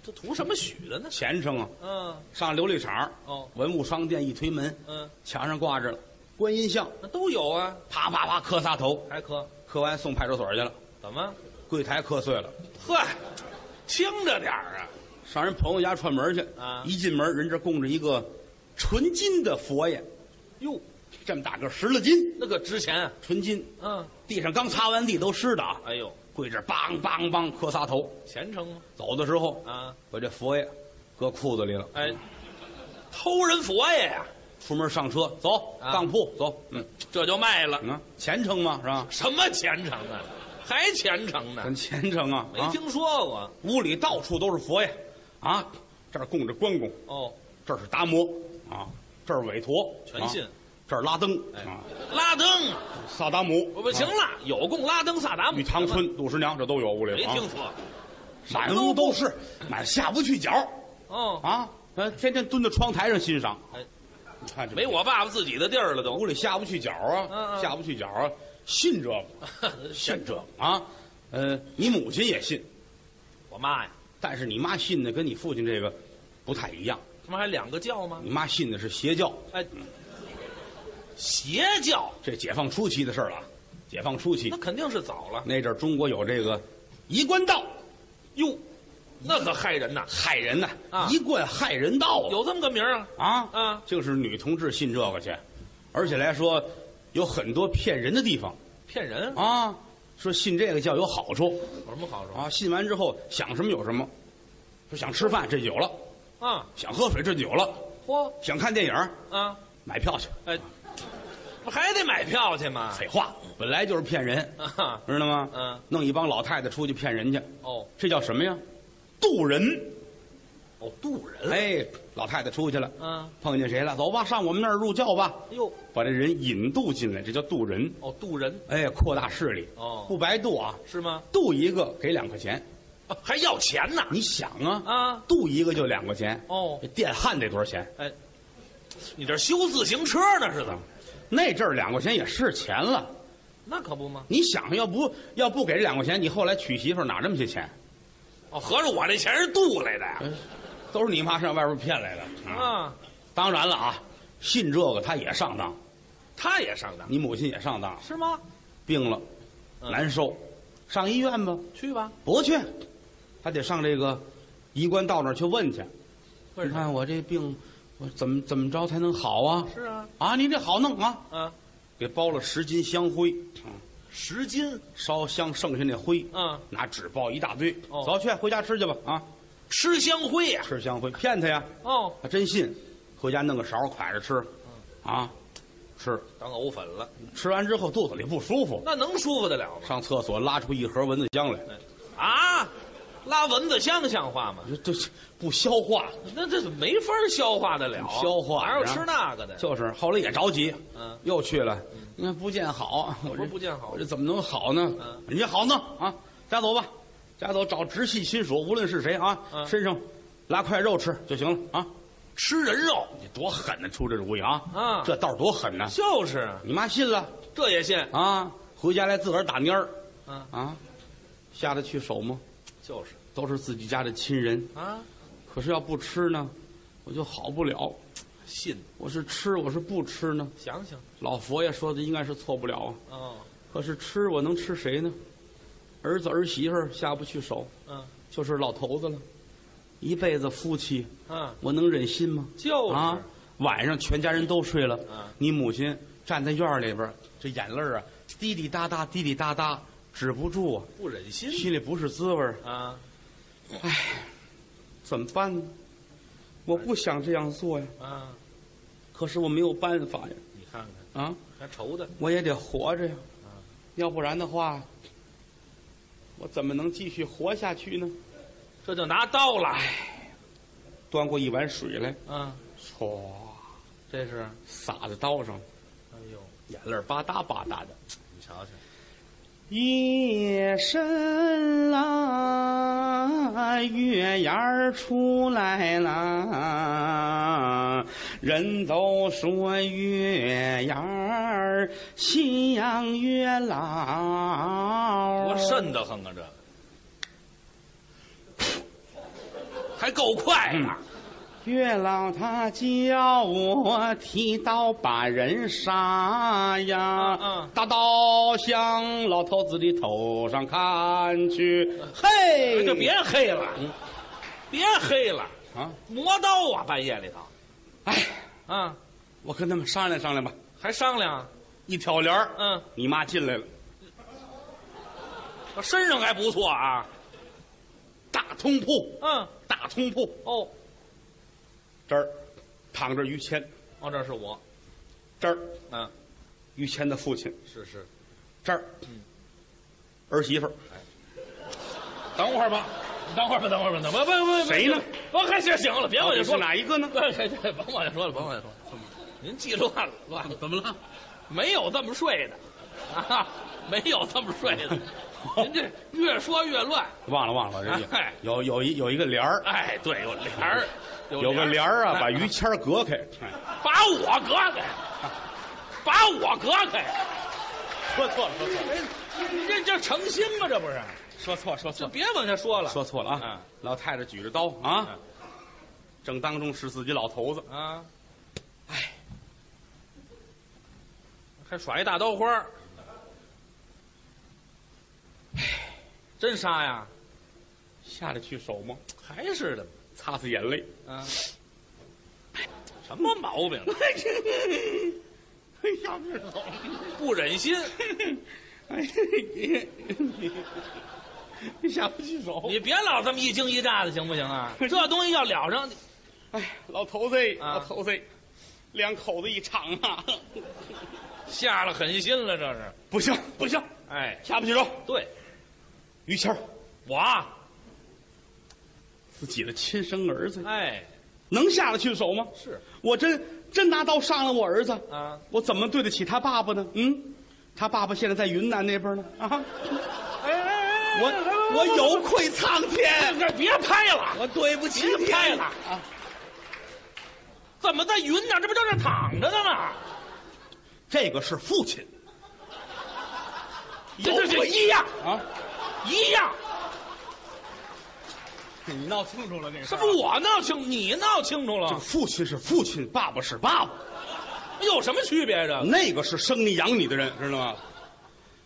C: 这图什么许的呢？
A: 虔诚啊！
C: 嗯
A: 上琉璃厂，
C: 哦
A: 文物商店一推门，
C: 嗯，
A: 墙上挂着观音像，
C: 那都有啊，
A: 啪啪啪磕仨头，
C: 还磕
A: 磕完送派出所去了，
C: 怎么？
A: 柜台磕碎了，
C: 呵，听着点儿啊，
A: 上人朋友家串门去，
C: 啊
A: 一进门人这供着一个纯金的佛爷，
C: 哟，
A: 这么大个十来斤，
C: 那个值钱啊，
A: 纯金，
C: 嗯，
A: 地上刚擦完地都湿的啊，
C: 哎呦，
A: 跪这儿梆梆梆磕仨头，
C: 虔诚吗？
A: 走的时候
C: 啊，
A: 把这佛爷搁裤子里了。
C: 哎，偷人佛爷呀，
A: 出门上车，走
C: 啊
A: 当铺，走，嗯，
C: 这就卖了
A: 你，看虔诚嘛，是吧？
C: 什么虔诚啊，还虔诚呢
A: 很？虔诚啊，
C: 没
A: 啊，
C: 听说过
A: 屋里到处都是佛爷，啊，这儿供着关公，
C: 哦，
A: 这儿是达摩，啊，这儿韦陀，
C: 全信
A: 啊，这儿拉登，
C: 哎
A: 啊，
C: 拉登啊，
A: 萨达姆，
C: 我不行
A: 啊，
C: 了，有供拉登、萨达姆、
A: 玉堂春、杜十娘，这都有屋里，
C: 没
A: 啊
C: 听说，
A: 啥样都是，哪儿下不去脚
C: 哦，
A: 啊？呃，天天蹲在窗台上欣赏，
C: 哎
A: 你看这
C: 没我爸爸自己的地儿了都。
A: 屋里下不去脚
C: 嗯
A: 啊，
C: 嗯
A: 下不去脚啊，信这个啊
C: 哦 <laughs>
A: 信这个啊，呃，你母亲也信，
C: 我妈呀，
A: 但是你妈信的跟你父亲这个不太一样，
C: 他妈还两个教吗？
A: 你妈信的是邪教，
C: 哎，邪教
A: 这解放初期的事儿了，啊解放初期
C: 那肯定是早了
A: 那阵儿中国有这个一贯道，
C: 哟，那可害人呐！
A: 害人呐、
C: 啊
A: 一贯害人道啊
C: 有这么个名儿啊？
A: 啊
C: 啊
A: 就是女同志信这个去，而且来说有很多骗人的地方
C: 骗人？
A: 啊，说信这个教有好处
C: 有什么好处
A: 啊，信完之后想什么有什么，说想吃饭这就有了，
C: 啊？
A: 想喝水这就有了，
C: 嚯
A: 想看电影
C: 啊！
A: 买票去，
C: 哎，不还得买票去吗？ <laughs>
A: 废话，本来就是骗人，
C: 啊，
A: 知道吗？
C: 嗯，
A: 弄一帮老太太出去骗人去，
C: 哦
A: 这叫什么呀？渡人。
C: 哦，渡人
A: 哎，老太太出去了，
C: 啊！
A: 碰见谁了？走吧，上我们那儿入教吧，
C: 哎呦，
A: 把这人引渡进来，这叫渡人。
C: 哦，渡人
A: 哎，扩大势力，
C: 哦
A: 不白渡啊，
C: 是吗？
A: 渡一个给两块钱。
C: 啊还要钱呢？
A: 你想啊，
C: 啊，
A: 渡一个就两块钱，
C: 哦
A: 这，电焊得多少钱？
C: 哎，你这修自行车呢是怎么？
A: 那阵儿两块钱也是钱了。
C: 那可不吗？
A: 你想，要不要不给这两块钱，你后来娶媳妇儿哪这么些钱？
C: 哦，合着我这钱是渡来的呀？
A: 都是你妈上外边骗来的。
C: 啊，
A: 当然了啊，信这个他也上当，
C: 他也上当
A: 你母亲也上当，
C: 是吗？
A: 病了，
C: 嗯
A: 难受，上医院吧。
C: 去吧，
A: 不去，他得上这个医官道那儿去问去。
C: 为
A: 你
C: 啥？
A: 看我这病，我怎么怎么着才能好啊？
C: 是啊，
A: 啊，您这好弄啊！
C: 啊，
A: 给包了十斤香灰，嗯
C: 十斤，
A: 烧香剩下那灰，
C: 嗯，
A: 拿纸包一大堆，
C: 哦
A: 走去回家吃去吧啊！
C: 吃香啊灰呀、
A: 吃香灰骗他呀，
C: 哦，
A: 他真信，回家弄个勺㧟着吃，
C: 嗯
A: 啊，吃
C: 当藕粉了，
A: 吃完之后肚子里不舒服，
C: 那能舒服得了吗？
A: 上厕所拉出一盒蚊子香来，
C: 啊，拉蚊子香像话吗？
A: 这这不消化，
C: 那这没法消化得了，
A: 消化
C: 哪有
A: 啊
C: 吃那个的？
A: 就是后来也着急，
C: 嗯，
A: 又去了，你看不见好，我
C: 不
A: 这
C: 是不见好
A: 我这怎么能好呢？
C: 嗯
A: 你好弄啊，家走吧，家走找直系亲属，无论是谁啊，
C: 嗯
A: 身上拉块肉吃就行了啊。
C: 吃人肉，
A: 你多狠呢，出这主意啊！
C: 啊
A: 这道儿多狠呢！
C: 就是啊
A: 你妈信了
C: 这也信，
A: 啊，回家来自个儿打蔫儿
C: 嗯，
A: 啊，下得去手吗？
C: 就是
A: 都是自己家的亲人，
C: 啊，
A: 可是要不吃呢，我就好不了。
C: 信，
A: 我是吃，我是不吃呢？
C: 想想，
A: 老佛爷说的应该是错不了啊。
C: 哦，
A: 可是吃我能吃谁呢？儿子儿媳妇儿下不去手，
C: 嗯
A: 就是老头子了。一辈子夫妻，
C: 嗯，
A: 我能忍心吗？
C: 就是
A: 啊，晚上全家人都睡了，
C: 嗯
A: 你母亲站在院儿里边儿，这眼泪儿啊滴滴答答滴滴答答止不住啊，
C: 不忍心
A: 心里不是滋味儿
C: 啊
A: 怎么办呢？我不想这样做呀，
C: 啊，
A: 可是我没有办法呀，
C: 你看看，
A: 啊，
C: 还愁的，
A: 我也得活着呀，要不然的话，我怎么能继续活下去呢？
C: 这就拿刀了，
A: 端过一碗水来，
C: 啊，
A: 唰，
C: 这是，
A: 洒在刀上，
C: 哎呦，
A: 眼泪儿吧嗒吧嗒的。
C: 你瞧瞧，
A: 夜深了，月牙儿出来了，人都说月牙儿像月老。
C: 多瘆得慌啊！这还够快的，
A: 月老他叫我提刀把人杀呀，
C: 嗯
A: 大刀向老头子的头上砍去，嘿，
C: 就哎别黑了，别黑了，
A: 啊！
C: 磨刀啊！半夜里头
A: 哎，
C: 啊，
A: 我跟他们商量商量吧。
C: 还商量，
A: 一挑帘儿，
C: 嗯，
A: 你妈进来了，
C: 我身上还不错啊，
A: 大通铺，
C: 嗯，
A: 大通铺
C: 哦，
A: 这儿躺着于谦，
C: 哦，这是我，
A: 这儿
C: 嗯，
A: 于谦的父亲，
C: 是是，嗯
A: 这儿儿媳妇儿，
C: 等会儿吧，等会儿吧，等会儿吧，等会儿吧，不不不，
A: 谁呢？
C: 不，还行行了，别往下
A: 是
C: 说了，
A: 哪一个呢？
C: 对对对，甭往下说了，甭往下说了，您记乱了，乱了。
A: 怎么了？
C: 没有这么睡的，啊，没有这么睡的，您这越说越乱。
A: 忘了忘了，人家
C: 哎
A: 有有一有一个帘儿，
C: 哎，对，有帘儿，哎嗯
A: 有个帘儿啊，把于谦儿隔开。哎
C: 把我隔开，把我隔开，
A: 说错了，说错了，
C: 这这这诚心吗？这不是，
A: 说错，说错
C: 就
A: 了，
C: 别往下说了。
A: 说错了啊
C: 嗯！
A: 老太太举着刀啊，正当中是自己老头子，
C: 啊，哎，还耍一大刀花儿，真杀呀？
A: 下得去手吗？
C: 还是的
A: 擦擦眼泪，
C: 啊？什么
A: <laughs>
C: 毛病？啊
A: 下不去手。
C: 不忍心，
A: 哎，你下不去手。
C: 你别老这么一惊一乍的，行不行啊？这东西要了上，
A: 哎，老头子，
C: 啊
A: 老头子，两口子一场啊！
C: 下了狠心了，这是。
A: 不行不行，
C: 哎，
A: 下不去手。
C: 对
A: 于谦儿
C: 我，
A: 自己的亲生儿子，
C: 哎，
A: 能下得去手吗？
C: 是
A: 我真真拿刀伤了我儿子，
C: 啊，
A: 我怎么对得起他爸爸呢？嗯，他爸爸现在在云南那边呢。啊，
C: 哎哎
A: 我我有愧苍天，
C: 这别拍了，
A: 我对不起
C: 别拍了
A: 啊！
C: 怎么在云南？这不就这躺着呢吗？
A: 这个是父亲，
C: 这这这一样
A: 啊！
C: 一样，
A: 你闹清楚了，这个
C: 这不我闹清，你闹清楚了，
A: 啊父亲是父亲，爸爸是爸爸，
C: 有什么区别呀？
A: 那个是生你养你的人，知道吗？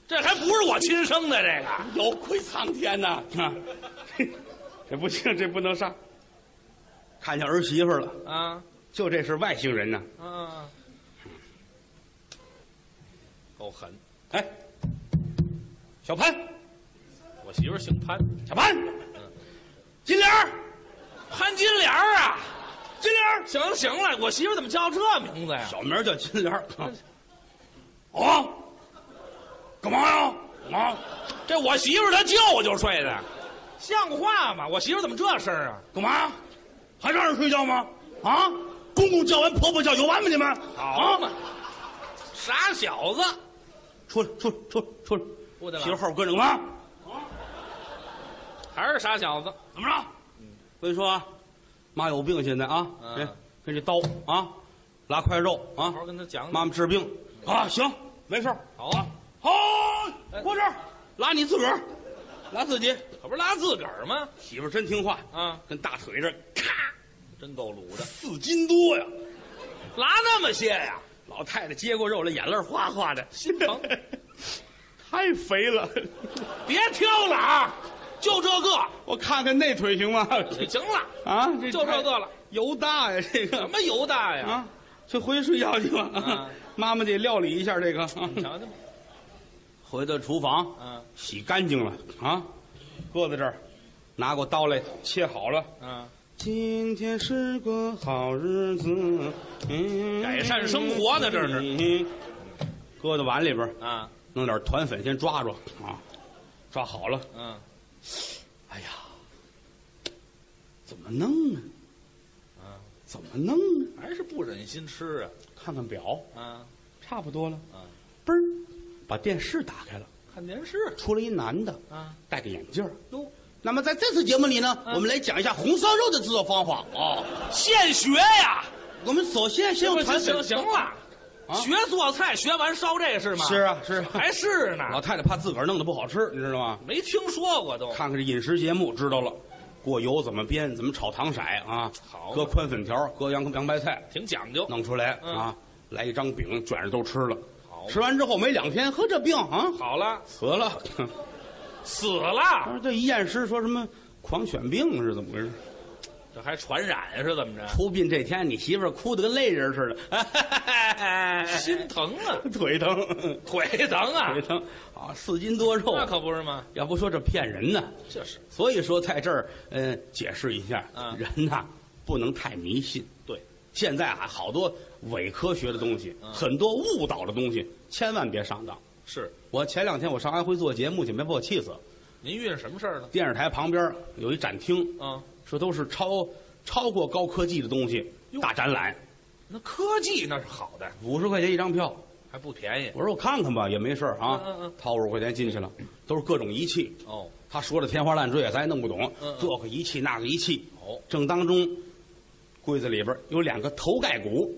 C: 这这还不是我亲生的这个。
A: 有愧苍天呐！啊， <laughs> 这不行，这不能杀。看见儿媳妇了，
C: 啊
A: 就这是外星人呐！
C: 啊！
A: 够狠！哎，小潘，
C: 我媳妇姓潘，
A: 小潘，金莲儿，
C: 潘金莲儿啊！
A: 金莲儿，
C: 行了行了，我媳妇怎么叫这名字呀？
A: 小名叫金莲儿。啊，干嘛呀？啊，
C: 这我媳妇她舅舅睡的，像话吗？我媳妇怎么这身儿啊？
A: 干嘛呀？还让人睡觉吗？啊，公公叫完，婆婆叫，有完吗？你们
C: 好嘛
A: 啊，，
C: 傻小子！
A: 出来，出来，出来，出来！
C: 不得了
A: 媳妇后边跟着干嘛？
C: 还是傻小子，
A: 怎么着？我跟你说啊，妈有病现在啊，
C: 嗯
A: 跟跟这刀啊，拉块肉啊
C: 好，好跟他讲讲。
A: 妈妈治病啊，行，没事儿
C: 好啊，
A: 好，
C: 哎
A: 过这儿，拉你自个儿，拉自己。
C: 可不是拉自个儿吗？
A: 媳妇儿真听话，
C: 啊，
A: 跟大腿这儿咔
C: 真够鲁的，
A: 四斤多呀。
C: 拉那么些呀、
A: 老太太接过肉来，眼泪哗哗的，
C: 心疼。
A: <laughs> 太肥了，
C: 别挑了啊，就这个，
A: 我看看那腿行吗？
C: 行了，
A: 啊，这
C: 就这
A: 太
C: 个了，
A: 油大呀，这
C: 什
A: 个
C: 么油大呀？
A: 啊，就回去睡觉去吧。
C: 啊
A: <laughs> 妈妈得料理一下这个。
C: 你瞧瞧吧，
A: <laughs> 回到厨房，
C: 嗯
A: 洗干净了啊，搁在这儿，拿过刀来切好了。
C: 嗯，
A: 今天是个好日子，嗯，
C: 改善生活呢这是
A: 是。搁到碗里边儿，
C: 啊
A: 弄点团粉先抓抓啊，抓好了。
C: 嗯
A: 哎呀，怎么弄呢？
C: 啊，
A: 怎么弄呢？
C: 还是不忍心吃
A: 看看表，
C: 啊啊！
A: 差不多了。
C: 嗯，
A: 嘣儿，把电视打开了，
C: 看电视
A: 出来一男的，
C: 啊，
A: 戴个眼镜儿。
C: 哟，嗯
A: 那么在这次节目里呢，我们来讲一下红烧肉的制作方法啊。
C: 现学呀！
A: 我们首先先用
C: 行
A: 团
C: 行
A: 粉，
C: 行了，学做菜学完烧这是吗？
A: 啊是啊是啊
C: 还是呢？
A: 老太太怕自个儿弄得不好吃，你知道吗？
C: 没听说过都。
A: 看看这饮食节目，知道了，过油怎么煸，怎么炒糖色啊？
C: 好
A: 搁宽粉条，搁洋洋白菜，
C: 挺讲究，
A: 弄出来
C: 嗯
A: 啊，来一张饼卷着都吃了。
C: 好
A: 吃完之后没两天，呵，这病啊
C: 好了，
A: 死 <laughs> 了。
C: 死了，
A: 当时这一验尸说什么狂犬病是怎么回事？
C: 这还传染是怎么着？
A: 出殡这天，你媳妇儿哭得跟泪人似的，
C: 心疼啊，
A: 哎 <laughs> 腿疼，
C: 腿疼啊
A: 腿，疼啊，四斤多肉。
C: 那可不是吗？
A: 要不说这骗人呢，
C: 这是
A: 所以说在这儿，呃，解释一下，
C: 嗯
A: 人呐、不能太迷信。
C: 对，啊
A: 现在啊，好多伪科学的东西，很多误导的东西，千万别上当。
C: 是，
A: 我前两天我上安徽做节目去，没把我气死。
C: 您遇上什么事儿了？
A: 电视台旁边有一展厅，
C: 啊，
A: 说都是超超过高科技的东西，大展览，
C: 那科技那是好的，
A: 五十块钱一张票，
C: 还不便宜
A: 我说我看看吧，也没事儿啊。
C: 嗯嗯嗯
A: 掏五十块钱进去了，都是各种仪器。
C: 哦。
A: 他说的天花乱坠，咱也弄不懂
C: 嗯嗯，
A: 这个仪器那个仪器。
C: 哦
A: 正当中，柜子里边有两个头盖骨，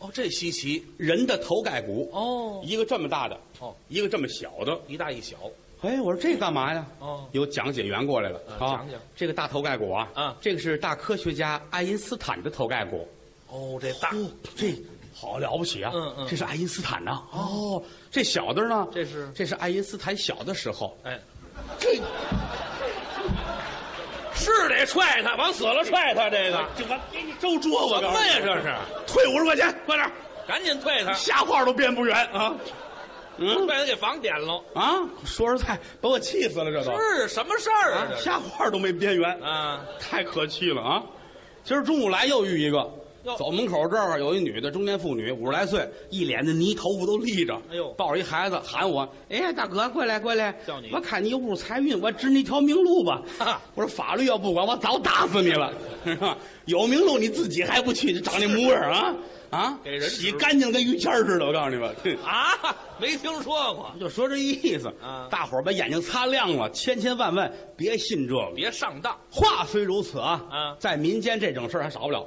C: 哦，这稀奇
A: 人的头盖骨，
C: 哦
A: 一个这么大的，
C: 哦，
A: 一个这么小的。
C: 一大一小
A: 哎，我说这干嘛呀？
C: 哦
A: 有讲解员过来了
C: 嗯
A: 啊
C: 讲讲！
A: 这个大头盖骨啊，
C: 啊
A: 这个是大科学家爱因斯坦的头盖骨。
C: 哦，这大
A: 哦，这好了不起啊！
C: 嗯嗯
A: 这是爱因斯坦呐、哦，这小的呢？
C: 这是
A: 这是爱因斯坦小的时候。
C: 哎，
A: 这
C: <laughs> 是得踹他，往死了踹他，这个
A: 这我给你周桌
C: 什
A: 我告诉
C: 么
A: 你
C: 呀？这是，
A: 退五十
C: <laughs>
A: 块钱，快点！
C: 赶紧退他，
A: 瞎话都编不圆啊！嗯
C: 把他给房点喽。
A: 啊，说实在，把我气死了，这都
C: 是什么事儿啊？这是
A: 瞎话都没编圆，
C: 啊，
A: 太可气了啊！今儿中午来又遇一个
C: 哟，
A: 走门口这儿有一女的中年妇女，五十来岁，一脸的泥，头发都立着，
C: 哎呦
A: 抱着一孩子喊我，哎呀，大哥，过来过来，
C: 叫你
A: 我看你有股财运，我指你一条明路吧
C: 哈。
A: 我说法律要不管，我早打死你了， <laughs> 是吧？有明路你自己还不去，就长那模样啊啊！
C: 给人指
A: 洗干净跟于谦儿似的，我告诉你吧。哼
C: 啊，没听说过，
A: <laughs> 就说这意思
C: 啊
A: 大伙儿把眼睛擦亮了，千千万万别信这个。
C: 别上当。
A: 话虽如此啊，
C: 啊
A: 在民间这种事儿还少不了。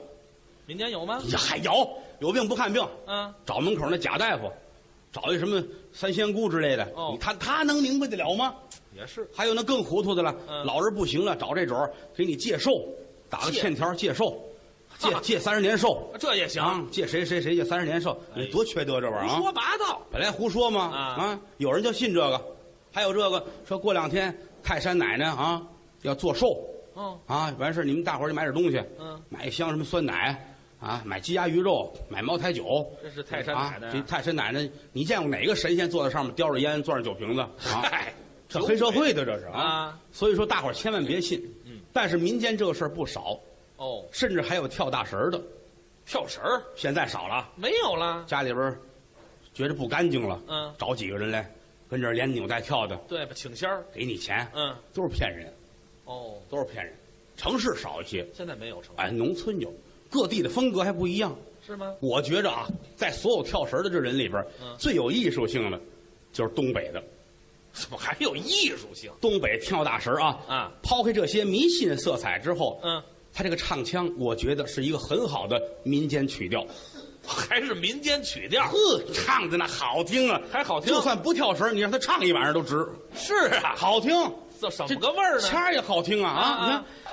C: 民间有吗？
A: 呀，还有有病不看病，
C: 啊，
A: 找门口那假大夫，找一什么三仙姑之类的，
C: 哦
A: 你他他能明白得了吗？
C: 也是。
A: 还有那更糊涂的了，
C: 嗯
A: 老人不行了，找这种儿给你借寿，打个
C: 借
A: 欠条借寿，
C: <laughs>
A: 借
C: 哈
A: 借三十年寿，
C: 这也行，
A: 啊，借谁谁谁借三十年寿，
C: 哎
A: 你多缺德这玩意儿
C: 胡
A: 啊！
C: 说八道。
A: 本来胡说嘛，
C: 啊
A: 有人就信这个，还有这个说过两天泰山奶奶啊要做寿
C: 嗯
A: 啊，完事儿你们大伙儿就买点东西，
C: 嗯，
A: 买一箱什么酸奶啊，买鸡鸭鱼肉，买茅台酒。
C: 这是哦泰山奶
A: 啊
C: 奶
A: 这
C: 呀。
A: 泰山奶奶，你见过哪个神仙坐在上面叼着烟，攥着酒瓶子啊？
C: 嗨，
A: <laughs> 这黑社会的这是啊！
C: 啊，
A: 所以说大伙儿千万别信。
C: 嗯，
A: 但是民间这个事儿不少，
C: 哦，
A: 甚至还有跳大神儿的，
C: 跳绳儿
A: 现在少了，
C: 没有了。
A: 家里边儿觉着不干净了，
C: 嗯，
A: 找几个人来跟这儿连扭带跳的，
C: 对吧？请仙儿。
A: 给你钱，
C: 嗯，
A: 都是骗人，
C: 哦，
A: 都是骗人。城市少一些，
C: 现在没有成，
A: 哎，农村有，各地的风格还不一样。
C: 是吗？
A: 我觉着啊，在所有跳绳的这人里边，
C: 嗯
A: 最有艺术性的，就是东北的。
C: 怎么还有艺术性
A: 东北跳大神啊，
C: 啊？
A: 抛开这些迷信色彩之后，
C: 嗯，
A: 他这个唱腔，我觉得是一个很好的民间曲调。
C: 还是民间曲调，
A: 呵，唱的那好听啊，
C: <laughs> 还嗯好听
A: 就。算不跳绳，你让他唱一晚上都值，
C: 是啊，
A: 好听，
C: 这什么个味儿
A: 腔
C: 呢？
A: 儿也好听啊
C: 啊
A: 啊！
C: 啊
A: 你看，